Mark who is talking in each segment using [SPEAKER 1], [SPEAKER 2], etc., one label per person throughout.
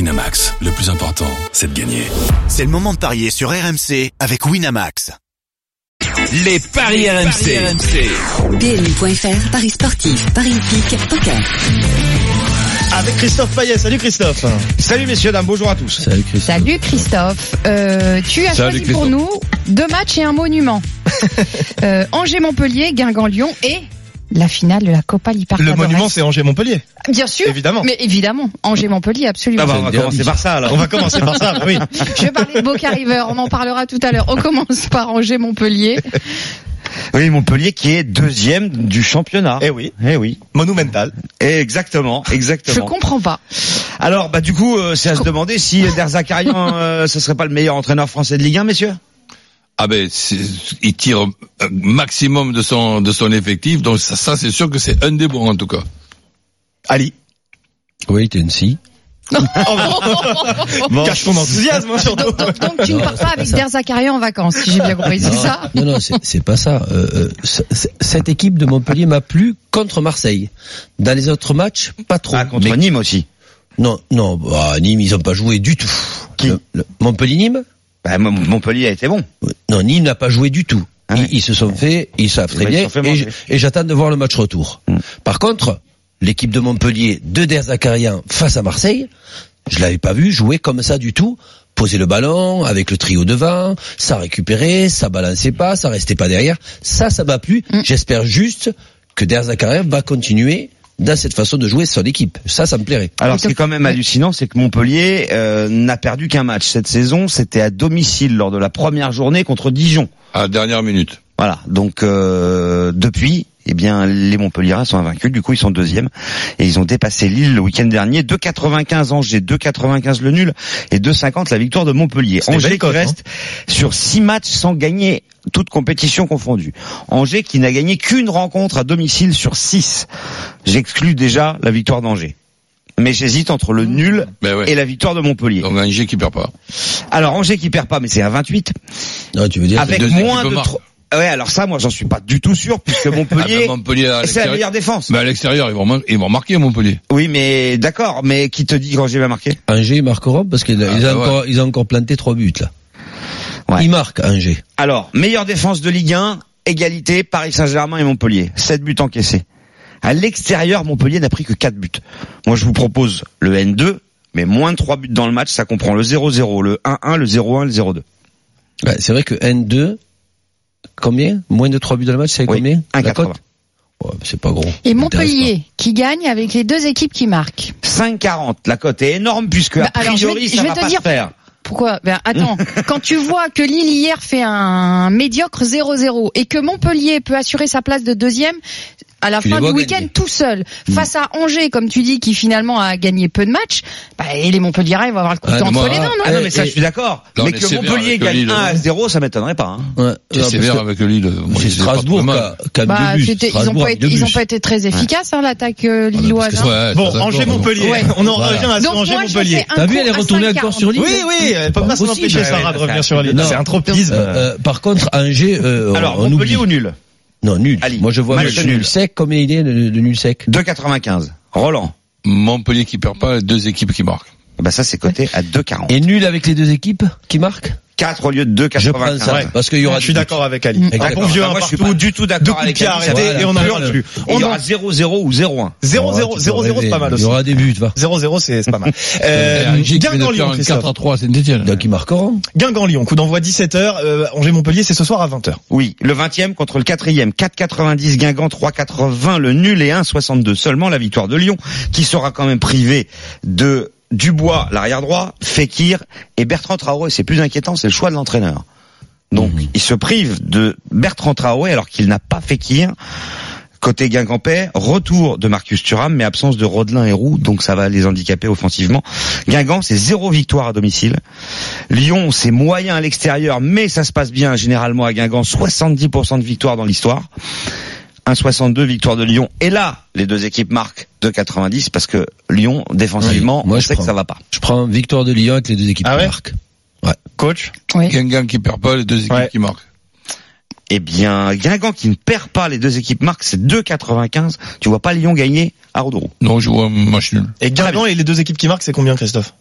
[SPEAKER 1] Winamax, le plus important, c'est de gagner.
[SPEAKER 2] C'est le moment de parier sur RMC avec Winamax.
[SPEAKER 3] Les paris, RMC.
[SPEAKER 4] PMU.fr, Paris sportif, Paris hippique, poker.
[SPEAKER 5] Avec Christophe Payet. Salut Christophe. Salut messieurs, dames, bonjour à tous.
[SPEAKER 6] Salut Christophe. Euh, tu as
[SPEAKER 3] Salut
[SPEAKER 6] choisi pour nous deux matchs et un monument. euh, Angers-Montpellier, Guingamp-Lyon et la finale de la Copa Libertadores.
[SPEAKER 5] Le monument, c'est Angers-Montpellier.
[SPEAKER 6] Bien sûr.
[SPEAKER 5] Évidemment. Ah bah,
[SPEAKER 6] Mais évidemment, Angers-Montpellier,
[SPEAKER 7] Ah bah,
[SPEAKER 6] absolument.
[SPEAKER 5] on va commencer par ça, alors. On va commencer par ça, bah oui.
[SPEAKER 6] Je parlais de Boca River, on en parlera tout à l'heure. On commence par Angers-Montpellier.
[SPEAKER 7] Oui, Montpellier qui est deuxième du championnat.
[SPEAKER 5] Eh oui.
[SPEAKER 7] Eh oui.
[SPEAKER 5] Monumental.
[SPEAKER 7] Eh, exactement,
[SPEAKER 6] Je
[SPEAKER 7] exactement.
[SPEAKER 6] comprends pas.
[SPEAKER 7] Alors, bah du coup, euh, c'est à se demander si Derzakarian, euh, ce serait pas le meilleur entraîneur français de Ligue 1, messieurs.
[SPEAKER 3] Ah ben, c'est- il tire un maximum de son de son effectif, donc ça, ça, c'est sûr que c'est un des bons en tout cas.
[SPEAKER 5] Ali.
[SPEAKER 8] Oui, Tensi.
[SPEAKER 5] Cache ton enthousiasme, hein, surtout.
[SPEAKER 6] Donc, donc- donc tu ne pars pas avec Derzakarian en vacances, si j'ai bien compris, c'est ça
[SPEAKER 8] Non, non, c'est c'est pas ça. Euh, euh, c- c- cette équipe de Montpellier m'a plu contre Marseille. Dans les autres matchs, pas trop.
[SPEAKER 7] Ah, contre
[SPEAKER 8] Mais-
[SPEAKER 7] Nîmes aussi.
[SPEAKER 8] Non, non, bah, Nîmes, ils ont pas joué du tout.
[SPEAKER 7] Qui
[SPEAKER 8] Le- le- Montpellier-Nîmes
[SPEAKER 7] Bah, Mon- Montpellier a été bon.
[SPEAKER 8] Non, Nîmes n'a pas joué du tout.
[SPEAKER 7] Ah
[SPEAKER 8] Ils-
[SPEAKER 7] ouais.
[SPEAKER 8] ils, se sont fait, ils savent très
[SPEAKER 7] Ils
[SPEAKER 8] bien,
[SPEAKER 7] se sont fait
[SPEAKER 8] et
[SPEAKER 7] manger. Mm.
[SPEAKER 8] j- et j'attends de voir le match retour. Par contre, l'équipe de Montpellier de Derzakarian face à Marseille, je l'avais pas vu jouer comme ça du tout. Poser le ballon avec le trio devant, ça récupérait, ça balançait pas, ça restait pas derrière. Ça, ça m'a plu.
[SPEAKER 7] Mm.
[SPEAKER 8] J'espère juste que Derzakarian va continuer dans cette façon de jouer son équipe. Ça, ça me plairait.
[SPEAKER 7] Alors,
[SPEAKER 6] Mais
[SPEAKER 7] ce qui est
[SPEAKER 6] t'as-
[SPEAKER 7] quand même hallucinant, c'est que Montpellier euh, n'a perdu qu'un match cette saison. C'était à domicile lors de la première journée contre Dijon.
[SPEAKER 3] À la dernière minute.
[SPEAKER 7] Voilà. Donc euh, depuis, eh bien, les Montpellierins sont invaincus. Du coup, ils sont deuxièmes et ils ont dépassé Lille le week-end dernier. 2,95 Angers, 2,95 le nul et 2,50 la victoire de Montpellier.
[SPEAKER 5] C'était belle
[SPEAKER 7] Angers qui
[SPEAKER 5] cote, hein.
[SPEAKER 7] reste sur six matchs sans gagner toute compétition confondue. Angers qui n'a gagné qu'une rencontre à domicile sur six. J'exclus déjà la victoire d'Angers. Mais j'hésite entre le nul
[SPEAKER 3] Ben ouais.
[SPEAKER 7] et la victoire de Montpellier.
[SPEAKER 3] Donc Angers qui perd pas. Ah,
[SPEAKER 7] Alors Angers qui perd pas, mais c'est à 28
[SPEAKER 8] Non, tu veux dire,
[SPEAKER 7] avec
[SPEAKER 3] deux
[SPEAKER 7] moins
[SPEAKER 3] équipes
[SPEAKER 7] de
[SPEAKER 3] marques.
[SPEAKER 7] trois. Ouais, alors ça, moi, j'en suis pas du tout sûr puisque
[SPEAKER 3] Ah ben,
[SPEAKER 7] Montpellier.
[SPEAKER 3] Montpellier à
[SPEAKER 7] C'est la
[SPEAKER 3] l'extérieur.
[SPEAKER 7] meilleure défense.
[SPEAKER 3] Ben à l'extérieur, ils vont mar- ils vont marquer Montpellier.
[SPEAKER 7] Oui, mais d'accord, mais qui te dit qu'Angers va marquer
[SPEAKER 8] Angers marqueront parce qu'ils
[SPEAKER 3] Ah,
[SPEAKER 8] ils
[SPEAKER 3] bah
[SPEAKER 8] ont,
[SPEAKER 3] ouais.
[SPEAKER 8] encore, ils ont encore planté trois buts, là.
[SPEAKER 7] Ouais.
[SPEAKER 8] Ils marquent, Angers.
[SPEAKER 7] Alors, meilleure défense de Ligue 1, égalité, Paris Saint-Germain et Montpellier. 7 buts encaissés. À l'extérieur, Montpellier n'a pris que 4 buts. Moi, je vous propose le N2, mais moins de 3 buts dans le match, ça comprend le 0-0, le 1-1, le 0-1, le 0-2.
[SPEAKER 8] Ouais, c'est vrai que N2, combien Moins de 3 buts dans le match, c'est
[SPEAKER 7] Oui,
[SPEAKER 8] combien La
[SPEAKER 7] 1,80.
[SPEAKER 8] cote Ouais, C'est pas gros.
[SPEAKER 6] Et Montpellier qui gagne avec les deux équipes qui marquent.
[SPEAKER 7] 5-40, la cote est énorme puisque
[SPEAKER 6] Bah,
[SPEAKER 7] a
[SPEAKER 6] alors,
[SPEAKER 7] priori,
[SPEAKER 6] je vais-
[SPEAKER 7] ça
[SPEAKER 6] je vais
[SPEAKER 7] va
[SPEAKER 6] te
[SPEAKER 7] pas
[SPEAKER 6] dire-
[SPEAKER 7] se faire.
[SPEAKER 6] Pourquoi Ben attends, quand tu vois que Lille hier fait un médiocre 0-0 et que Montpellier peut assurer sa place de deuxième à la
[SPEAKER 8] Tu
[SPEAKER 6] fin
[SPEAKER 8] les
[SPEAKER 6] du
[SPEAKER 8] vois
[SPEAKER 6] week-end
[SPEAKER 8] gagner. Mm.
[SPEAKER 6] tout seul face à Angers comme tu dis qui finalement a gagné peu de matchs, bah, et les Montpellierains ils vont avoir le
[SPEAKER 8] Ah,
[SPEAKER 6] couteau
[SPEAKER 8] mais
[SPEAKER 6] entre
[SPEAKER 3] moi,
[SPEAKER 6] les hein. dents non
[SPEAKER 7] Ah non, mais ça,
[SPEAKER 8] Et-
[SPEAKER 7] je suis d'accord.
[SPEAKER 3] Non,
[SPEAKER 7] Mais
[SPEAKER 3] mais
[SPEAKER 7] que
[SPEAKER 3] sévère
[SPEAKER 7] Montpellier
[SPEAKER 3] avec
[SPEAKER 7] gagne
[SPEAKER 3] Lille,
[SPEAKER 7] 1
[SPEAKER 3] hein.
[SPEAKER 7] à 0, ça m'étonnerait pas. hein.
[SPEAKER 8] Ouais,
[SPEAKER 3] C'est
[SPEAKER 8] non,
[SPEAKER 3] sévère
[SPEAKER 8] parce que
[SPEAKER 3] avec le Lille. Moi, je
[SPEAKER 8] C'est
[SPEAKER 3] sais pas trop
[SPEAKER 8] Strasbourg qui
[SPEAKER 3] mal.
[SPEAKER 8] a, qui a
[SPEAKER 6] Bah,
[SPEAKER 8] deux buts.
[SPEAKER 6] c'était- ils ont
[SPEAKER 8] Strasbourg
[SPEAKER 6] pas,
[SPEAKER 8] avec
[SPEAKER 6] été,
[SPEAKER 8] deux
[SPEAKER 6] ils ont
[SPEAKER 8] buts.
[SPEAKER 6] pas été très efficaces hein, l'attaque euh,
[SPEAKER 8] Ah, parce que-
[SPEAKER 6] lilloise. hein.
[SPEAKER 3] Ouais,
[SPEAKER 5] Bon,
[SPEAKER 3] Strasbourg,
[SPEAKER 5] Angers-Montpellier.
[SPEAKER 6] Ouais.
[SPEAKER 5] On en revient à ce
[SPEAKER 6] Donc moi je
[SPEAKER 5] Angers-Montpellier.
[SPEAKER 6] fais un
[SPEAKER 8] T'as vu, elle est
[SPEAKER 6] coup à
[SPEAKER 8] retournée encore
[SPEAKER 6] 5,40.
[SPEAKER 8] sur Lille
[SPEAKER 5] Oui, oui, elle peut pas
[SPEAKER 8] Possible.
[SPEAKER 5] s'empêcher, Sarah, de revenir sur Ali.
[SPEAKER 8] Non.
[SPEAKER 5] C'est un tropisme.
[SPEAKER 8] Euh, euh, par contre, Angers, euh,
[SPEAKER 7] Alors,
[SPEAKER 8] on
[SPEAKER 7] Montpellier
[SPEAKER 8] oublie.
[SPEAKER 7] ou nul
[SPEAKER 8] Non, nul.
[SPEAKER 7] Allez,
[SPEAKER 8] Moi, je vois
[SPEAKER 7] match
[SPEAKER 8] le
[SPEAKER 7] nul.
[SPEAKER 8] nul sec. Combien il est, le, le nul sec
[SPEAKER 7] 2,95. Roland.
[SPEAKER 3] Montpellier qui perd pas, deux équipes qui marquent.
[SPEAKER 7] Bah ça c'est coté à 2,40.
[SPEAKER 8] Et nul avec les deux équipes qui marquent
[SPEAKER 7] 4 au lieu de
[SPEAKER 8] Je prends ça,
[SPEAKER 7] 2,95.
[SPEAKER 8] parce qu'il y aura
[SPEAKER 5] Je suis
[SPEAKER 8] des buts.
[SPEAKER 5] d'accord avec Ali. Un
[SPEAKER 8] Exactement.
[SPEAKER 5] bon vieux
[SPEAKER 7] Bah,
[SPEAKER 5] un
[SPEAKER 7] moi, je suis
[SPEAKER 5] partout.
[SPEAKER 7] pas du tout
[SPEAKER 5] Deux
[SPEAKER 7] d'accord
[SPEAKER 5] coups de
[SPEAKER 7] avec
[SPEAKER 5] pied
[SPEAKER 7] Ali, ça
[SPEAKER 5] arrêtés
[SPEAKER 7] va,
[SPEAKER 5] et on
[SPEAKER 7] là,
[SPEAKER 5] n'en
[SPEAKER 7] plus.
[SPEAKER 5] plus.
[SPEAKER 7] Et
[SPEAKER 5] On
[SPEAKER 7] il y
[SPEAKER 5] en-
[SPEAKER 7] aura 0-0 ou 0-1.
[SPEAKER 8] Oh,
[SPEAKER 5] 0-0,
[SPEAKER 8] tu peux
[SPEAKER 5] 0-0, c'est pas mal
[SPEAKER 8] rêver. Il
[SPEAKER 5] aussi.
[SPEAKER 8] y aura des buts, va.
[SPEAKER 5] 0-0, c'est c'est pas mal. Euh,
[SPEAKER 3] Angers qui vient de faire
[SPEAKER 5] Guingamp-Lyon,
[SPEAKER 3] un 4
[SPEAKER 5] Christophe.
[SPEAKER 3] à 3 Saint-Etienne.
[SPEAKER 8] Donc, ils marqueront.
[SPEAKER 5] Guingamp-Lyon, coup d'envoi 17h. Euh, Angers-Montpellier, c'est ce soir à 20h.
[SPEAKER 7] Oui, le 20e contre le 4e, 4,90 Guingamp, 3,80 le nul et 1,62 seulement la victoire de Lyon qui sera quand même privée de Dubois l'arrière droit, Fekir et Bertrand Traoré, c'est plus inquiétant, c'est le choix de l'entraîneur. Donc,
[SPEAKER 8] Mhm.
[SPEAKER 7] il se prive de Bertrand Traoré alors qu'il n'a pas Fekir. Côté Guingampais, retour de Marcus Thuram, mais absence de Rodelin et Roux, donc ça va les handicaper offensivement. Guingamp, c'est zéro victoire à domicile. Lyon, c'est moyen à l'extérieur, mais ça se passe bien généralement à Guingamp. 70% de victoire dans l'histoire. 1,62 victoire de Lyon. Et là, les deux équipes marquent 2,90 parce que Lyon, défensivement,
[SPEAKER 8] Oui, moi,
[SPEAKER 7] on
[SPEAKER 8] je
[SPEAKER 7] sait que
[SPEAKER 8] prends.
[SPEAKER 7] ça va pas.
[SPEAKER 8] Je prends victoire de Lyon avec les deux équipes
[SPEAKER 5] Ah ouais
[SPEAKER 8] qui marquent.
[SPEAKER 5] Coach
[SPEAKER 3] Guingamp qui perd pas, les deux
[SPEAKER 5] Ouais.
[SPEAKER 3] équipes qui marquent.
[SPEAKER 7] Eh bien, Guingamp qui ne perd pas les deux équipes marquent, c'est 2,95. Tu vois pas Lyon gagner à Rodourou.
[SPEAKER 3] Non, je vois un match nul.
[SPEAKER 5] Et Guingamp et les deux équipes qui marquent, c'est combien, Christophe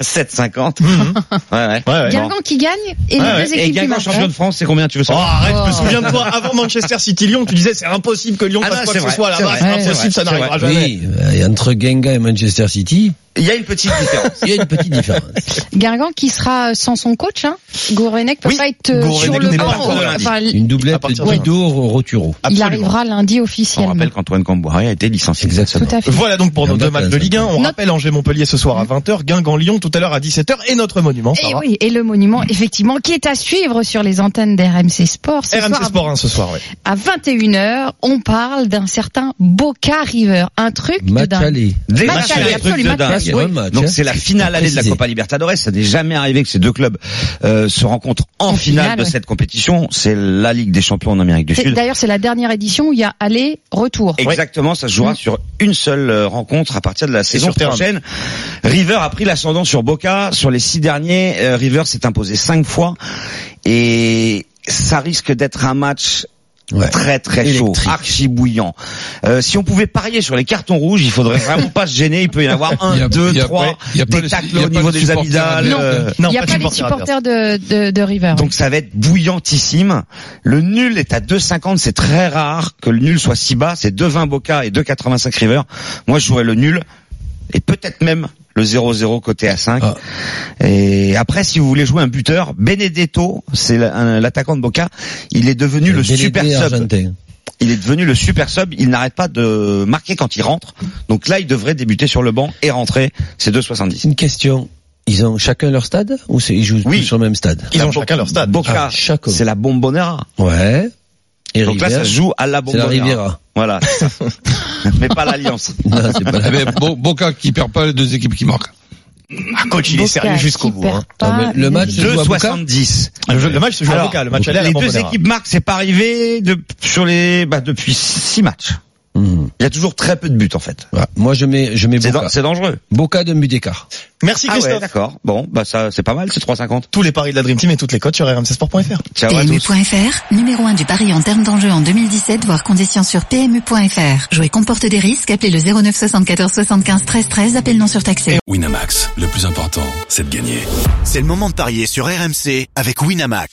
[SPEAKER 7] 7,50. Ouais, ouais.
[SPEAKER 5] Ouais, ouais.
[SPEAKER 6] Guingamp qui gagne
[SPEAKER 5] Ouais,
[SPEAKER 6] et les
[SPEAKER 5] ouais.
[SPEAKER 6] deux
[SPEAKER 7] Et
[SPEAKER 6] équipes qui
[SPEAKER 7] Guingamp,
[SPEAKER 6] marquent. hein.
[SPEAKER 7] champion de France, c'est combien tu veux
[SPEAKER 5] Oh,
[SPEAKER 7] savoir
[SPEAKER 5] arrête, je me
[SPEAKER 6] Oh.
[SPEAKER 5] souviens de toi. Avant Manchester City-Lyon, tu disais c'est impossible que Lyon
[SPEAKER 7] Ah
[SPEAKER 5] fasse
[SPEAKER 7] non,
[SPEAKER 5] quoi
[SPEAKER 7] c'est
[SPEAKER 5] que ce
[SPEAKER 7] vrai,
[SPEAKER 5] soit
[SPEAKER 7] c'est
[SPEAKER 5] là-bas.
[SPEAKER 7] vrai,
[SPEAKER 5] C'est
[SPEAKER 7] c'est vrai,
[SPEAKER 5] impossible, ça
[SPEAKER 7] c'est
[SPEAKER 5] n'arrivera
[SPEAKER 7] vrai.
[SPEAKER 5] jamais.
[SPEAKER 8] Oui, euh, et entre Guingamp et Manchester City,
[SPEAKER 7] Oh, Il y a une petite différence.
[SPEAKER 8] il y a une petite différence.
[SPEAKER 6] Guingamp qui sera sans son coach, hein. Gourenek peut
[SPEAKER 7] Oui,
[SPEAKER 6] pas être euh,
[SPEAKER 7] Gourvenec
[SPEAKER 6] sur le
[SPEAKER 7] n'est pas
[SPEAKER 6] banc.
[SPEAKER 7] encore là.
[SPEAKER 6] Enfin, il
[SPEAKER 8] Une doublette
[SPEAKER 5] À partir de
[SPEAKER 8] Guido Roturo.
[SPEAKER 5] Absolument.
[SPEAKER 6] arrivera lundi
[SPEAKER 7] On
[SPEAKER 6] officiellement.
[SPEAKER 7] rappelle qu'Antoine Camboiré a été licencié.
[SPEAKER 8] Exactement.
[SPEAKER 6] Tout à fait.
[SPEAKER 5] Voilà donc pour nos
[SPEAKER 8] Guingamp,
[SPEAKER 5] deux matchs de Ligue 1. On
[SPEAKER 6] Notre-
[SPEAKER 5] rappelle Angers-Montpellier ce soir à 20h, Guingamp-Lyon tout à l'heure à 17h et notre monument. hein.
[SPEAKER 6] Et
[SPEAKER 5] Sarah.
[SPEAKER 6] Eh oui, et le monument, effectivement, qui est à suivre sur les antennes d'RMC Sport. Ce soir,
[SPEAKER 5] RMC Sport 1 ce soir, ouais.
[SPEAKER 6] à 21h, on parle d'un certain Boca River. Un truc de
[SPEAKER 8] Match
[SPEAKER 6] dingue.
[SPEAKER 8] aller.
[SPEAKER 7] Des
[SPEAKER 6] Match
[SPEAKER 7] matchs
[SPEAKER 6] aller,
[SPEAKER 7] allés, trucs de
[SPEAKER 6] absolument, match
[SPEAKER 7] dingue.
[SPEAKER 8] aller. Ouais, match,
[SPEAKER 7] Donc
[SPEAKER 8] hein.
[SPEAKER 7] c'est la finale allée de la
[SPEAKER 8] Précisé.
[SPEAKER 7] Copa Libertadores. Ça n'est jamais arrivé que ces deux clubs euh, se rencontrent en
[SPEAKER 6] En
[SPEAKER 7] finale,
[SPEAKER 6] finale,
[SPEAKER 7] de
[SPEAKER 6] ouais.
[SPEAKER 7] cette compétition. C'est la Ligue des Champions en Amérique du
[SPEAKER 6] C'est-
[SPEAKER 7] Sud.
[SPEAKER 6] D'ailleurs, c'est la dernière édition où il y a aller-retour.
[SPEAKER 7] Exactement, ça se jouera
[SPEAKER 6] Mm.
[SPEAKER 7] sur une seule euh, rencontre à partir de la saison
[SPEAKER 5] sur terrain.
[SPEAKER 7] prochaine. River a pris l'ascendant sur Boca. Sur les six derniers, euh, River s'est imposé cinq fois. Et ça risque d'être un match
[SPEAKER 8] Ouais.
[SPEAKER 7] très très
[SPEAKER 8] Électrique.
[SPEAKER 7] chaud, archi bouillant. Euh, si on pouvait parier sur les cartons rouges, il faudrait vraiment pas se gêner. Il peut y en avoir
[SPEAKER 3] Il y
[SPEAKER 7] un,
[SPEAKER 3] a-
[SPEAKER 7] deux,
[SPEAKER 3] il y a
[SPEAKER 7] trois,
[SPEAKER 3] pas- il y a pas
[SPEAKER 7] des
[SPEAKER 3] le-
[SPEAKER 7] tacles
[SPEAKER 3] il y a
[SPEAKER 7] au
[SPEAKER 3] pas
[SPEAKER 7] niveau
[SPEAKER 3] le
[SPEAKER 7] des
[SPEAKER 3] supporter
[SPEAKER 7] amygdales.
[SPEAKER 3] adverse.
[SPEAKER 7] euh,
[SPEAKER 6] il n'y a
[SPEAKER 5] de
[SPEAKER 6] pas les
[SPEAKER 5] supporters adverses.
[SPEAKER 6] supporters de, de, de
[SPEAKER 8] Ah
[SPEAKER 6] River.
[SPEAKER 7] donc ça va être bouillantissime. Le nul est à 2,50. C'est très rare que le nul soit si bas. C'est 2,20 Boca et 2,85 River. Moi, je jouerais le nul et peut-être même le 0-0 côté à 5.
[SPEAKER 8] Ah.
[SPEAKER 7] Et après, si vous voulez jouer un buteur, Benedetto, c'est la- un- l'attaquant de Boca. Il est devenu le
[SPEAKER 8] Délégué
[SPEAKER 7] super sub.
[SPEAKER 8] argentin.
[SPEAKER 7] Il est devenu le super sub. Il n'arrête pas de marquer quand il rentre. Donc là, il devrait débuter sur le banc et rentrer. C'est 2,70.
[SPEAKER 8] Une question. Ils ont chacun leur stade ou c'est- ils jouent
[SPEAKER 7] Oui.
[SPEAKER 8] tous sur le même stade
[SPEAKER 5] Ils ont chacun leur stade.
[SPEAKER 7] Boca,
[SPEAKER 8] Ah, chacun.
[SPEAKER 7] c'est la Bombonera.
[SPEAKER 8] Ouais. Et
[SPEAKER 7] Donc là,
[SPEAKER 8] River,
[SPEAKER 7] ça se joue à la
[SPEAKER 8] c'est la
[SPEAKER 7] Bombonera.
[SPEAKER 8] Riviera.
[SPEAKER 7] Voilà, c'est ça. mais pas l'alliance.
[SPEAKER 8] Non, c'est pas la
[SPEAKER 3] Eh ben, Bo- Boca qui perd pas les deux équipes qui marquent.
[SPEAKER 7] Ah,
[SPEAKER 5] Coach, il est
[SPEAKER 6] Boca
[SPEAKER 5] sérieux jusqu'au
[SPEAKER 6] qui
[SPEAKER 5] bout.
[SPEAKER 6] perd
[SPEAKER 5] hein.
[SPEAKER 6] pas
[SPEAKER 8] Non, mais le
[SPEAKER 6] les-
[SPEAKER 8] match- se joue à Boca
[SPEAKER 7] 2,70.
[SPEAKER 5] Le jeu- le match se joue à
[SPEAKER 7] Alors,
[SPEAKER 5] Boca, le match aller à la
[SPEAKER 7] Les deux
[SPEAKER 5] Bombonera.
[SPEAKER 7] équipes marquent, c'est pas arrivé de, sur les, bah, depuis six matchs.
[SPEAKER 8] Mhm.
[SPEAKER 7] Il y a toujours très peu de buts en fait.
[SPEAKER 8] Ouais. Moi, je mets, je mets
[SPEAKER 7] C'est dan-
[SPEAKER 8] Boca.
[SPEAKER 7] c'est dangereux.
[SPEAKER 8] Boca d'un but d'écart.
[SPEAKER 5] Merci
[SPEAKER 7] Ah ouais,
[SPEAKER 5] Christophe.
[SPEAKER 7] d'accord. Bon, bah ça c'est pas mal, c'est 3,50.
[SPEAKER 5] Tous les paris de la Dream Team et toutes les cotes sur rmcsport.fr.
[SPEAKER 7] Ciao à tous.
[SPEAKER 4] PMU.fr, numéro 1 du pari en termes d'enjeu en 2017, voire conditions sur PMU.fr. Jouer comporte des risques, appelez le 09 74 75 13 13, appel non surtaxé.
[SPEAKER 1] Winamax, le plus important, c'est de gagner.
[SPEAKER 2] C'est le moment de parier sur RMC avec Winamax.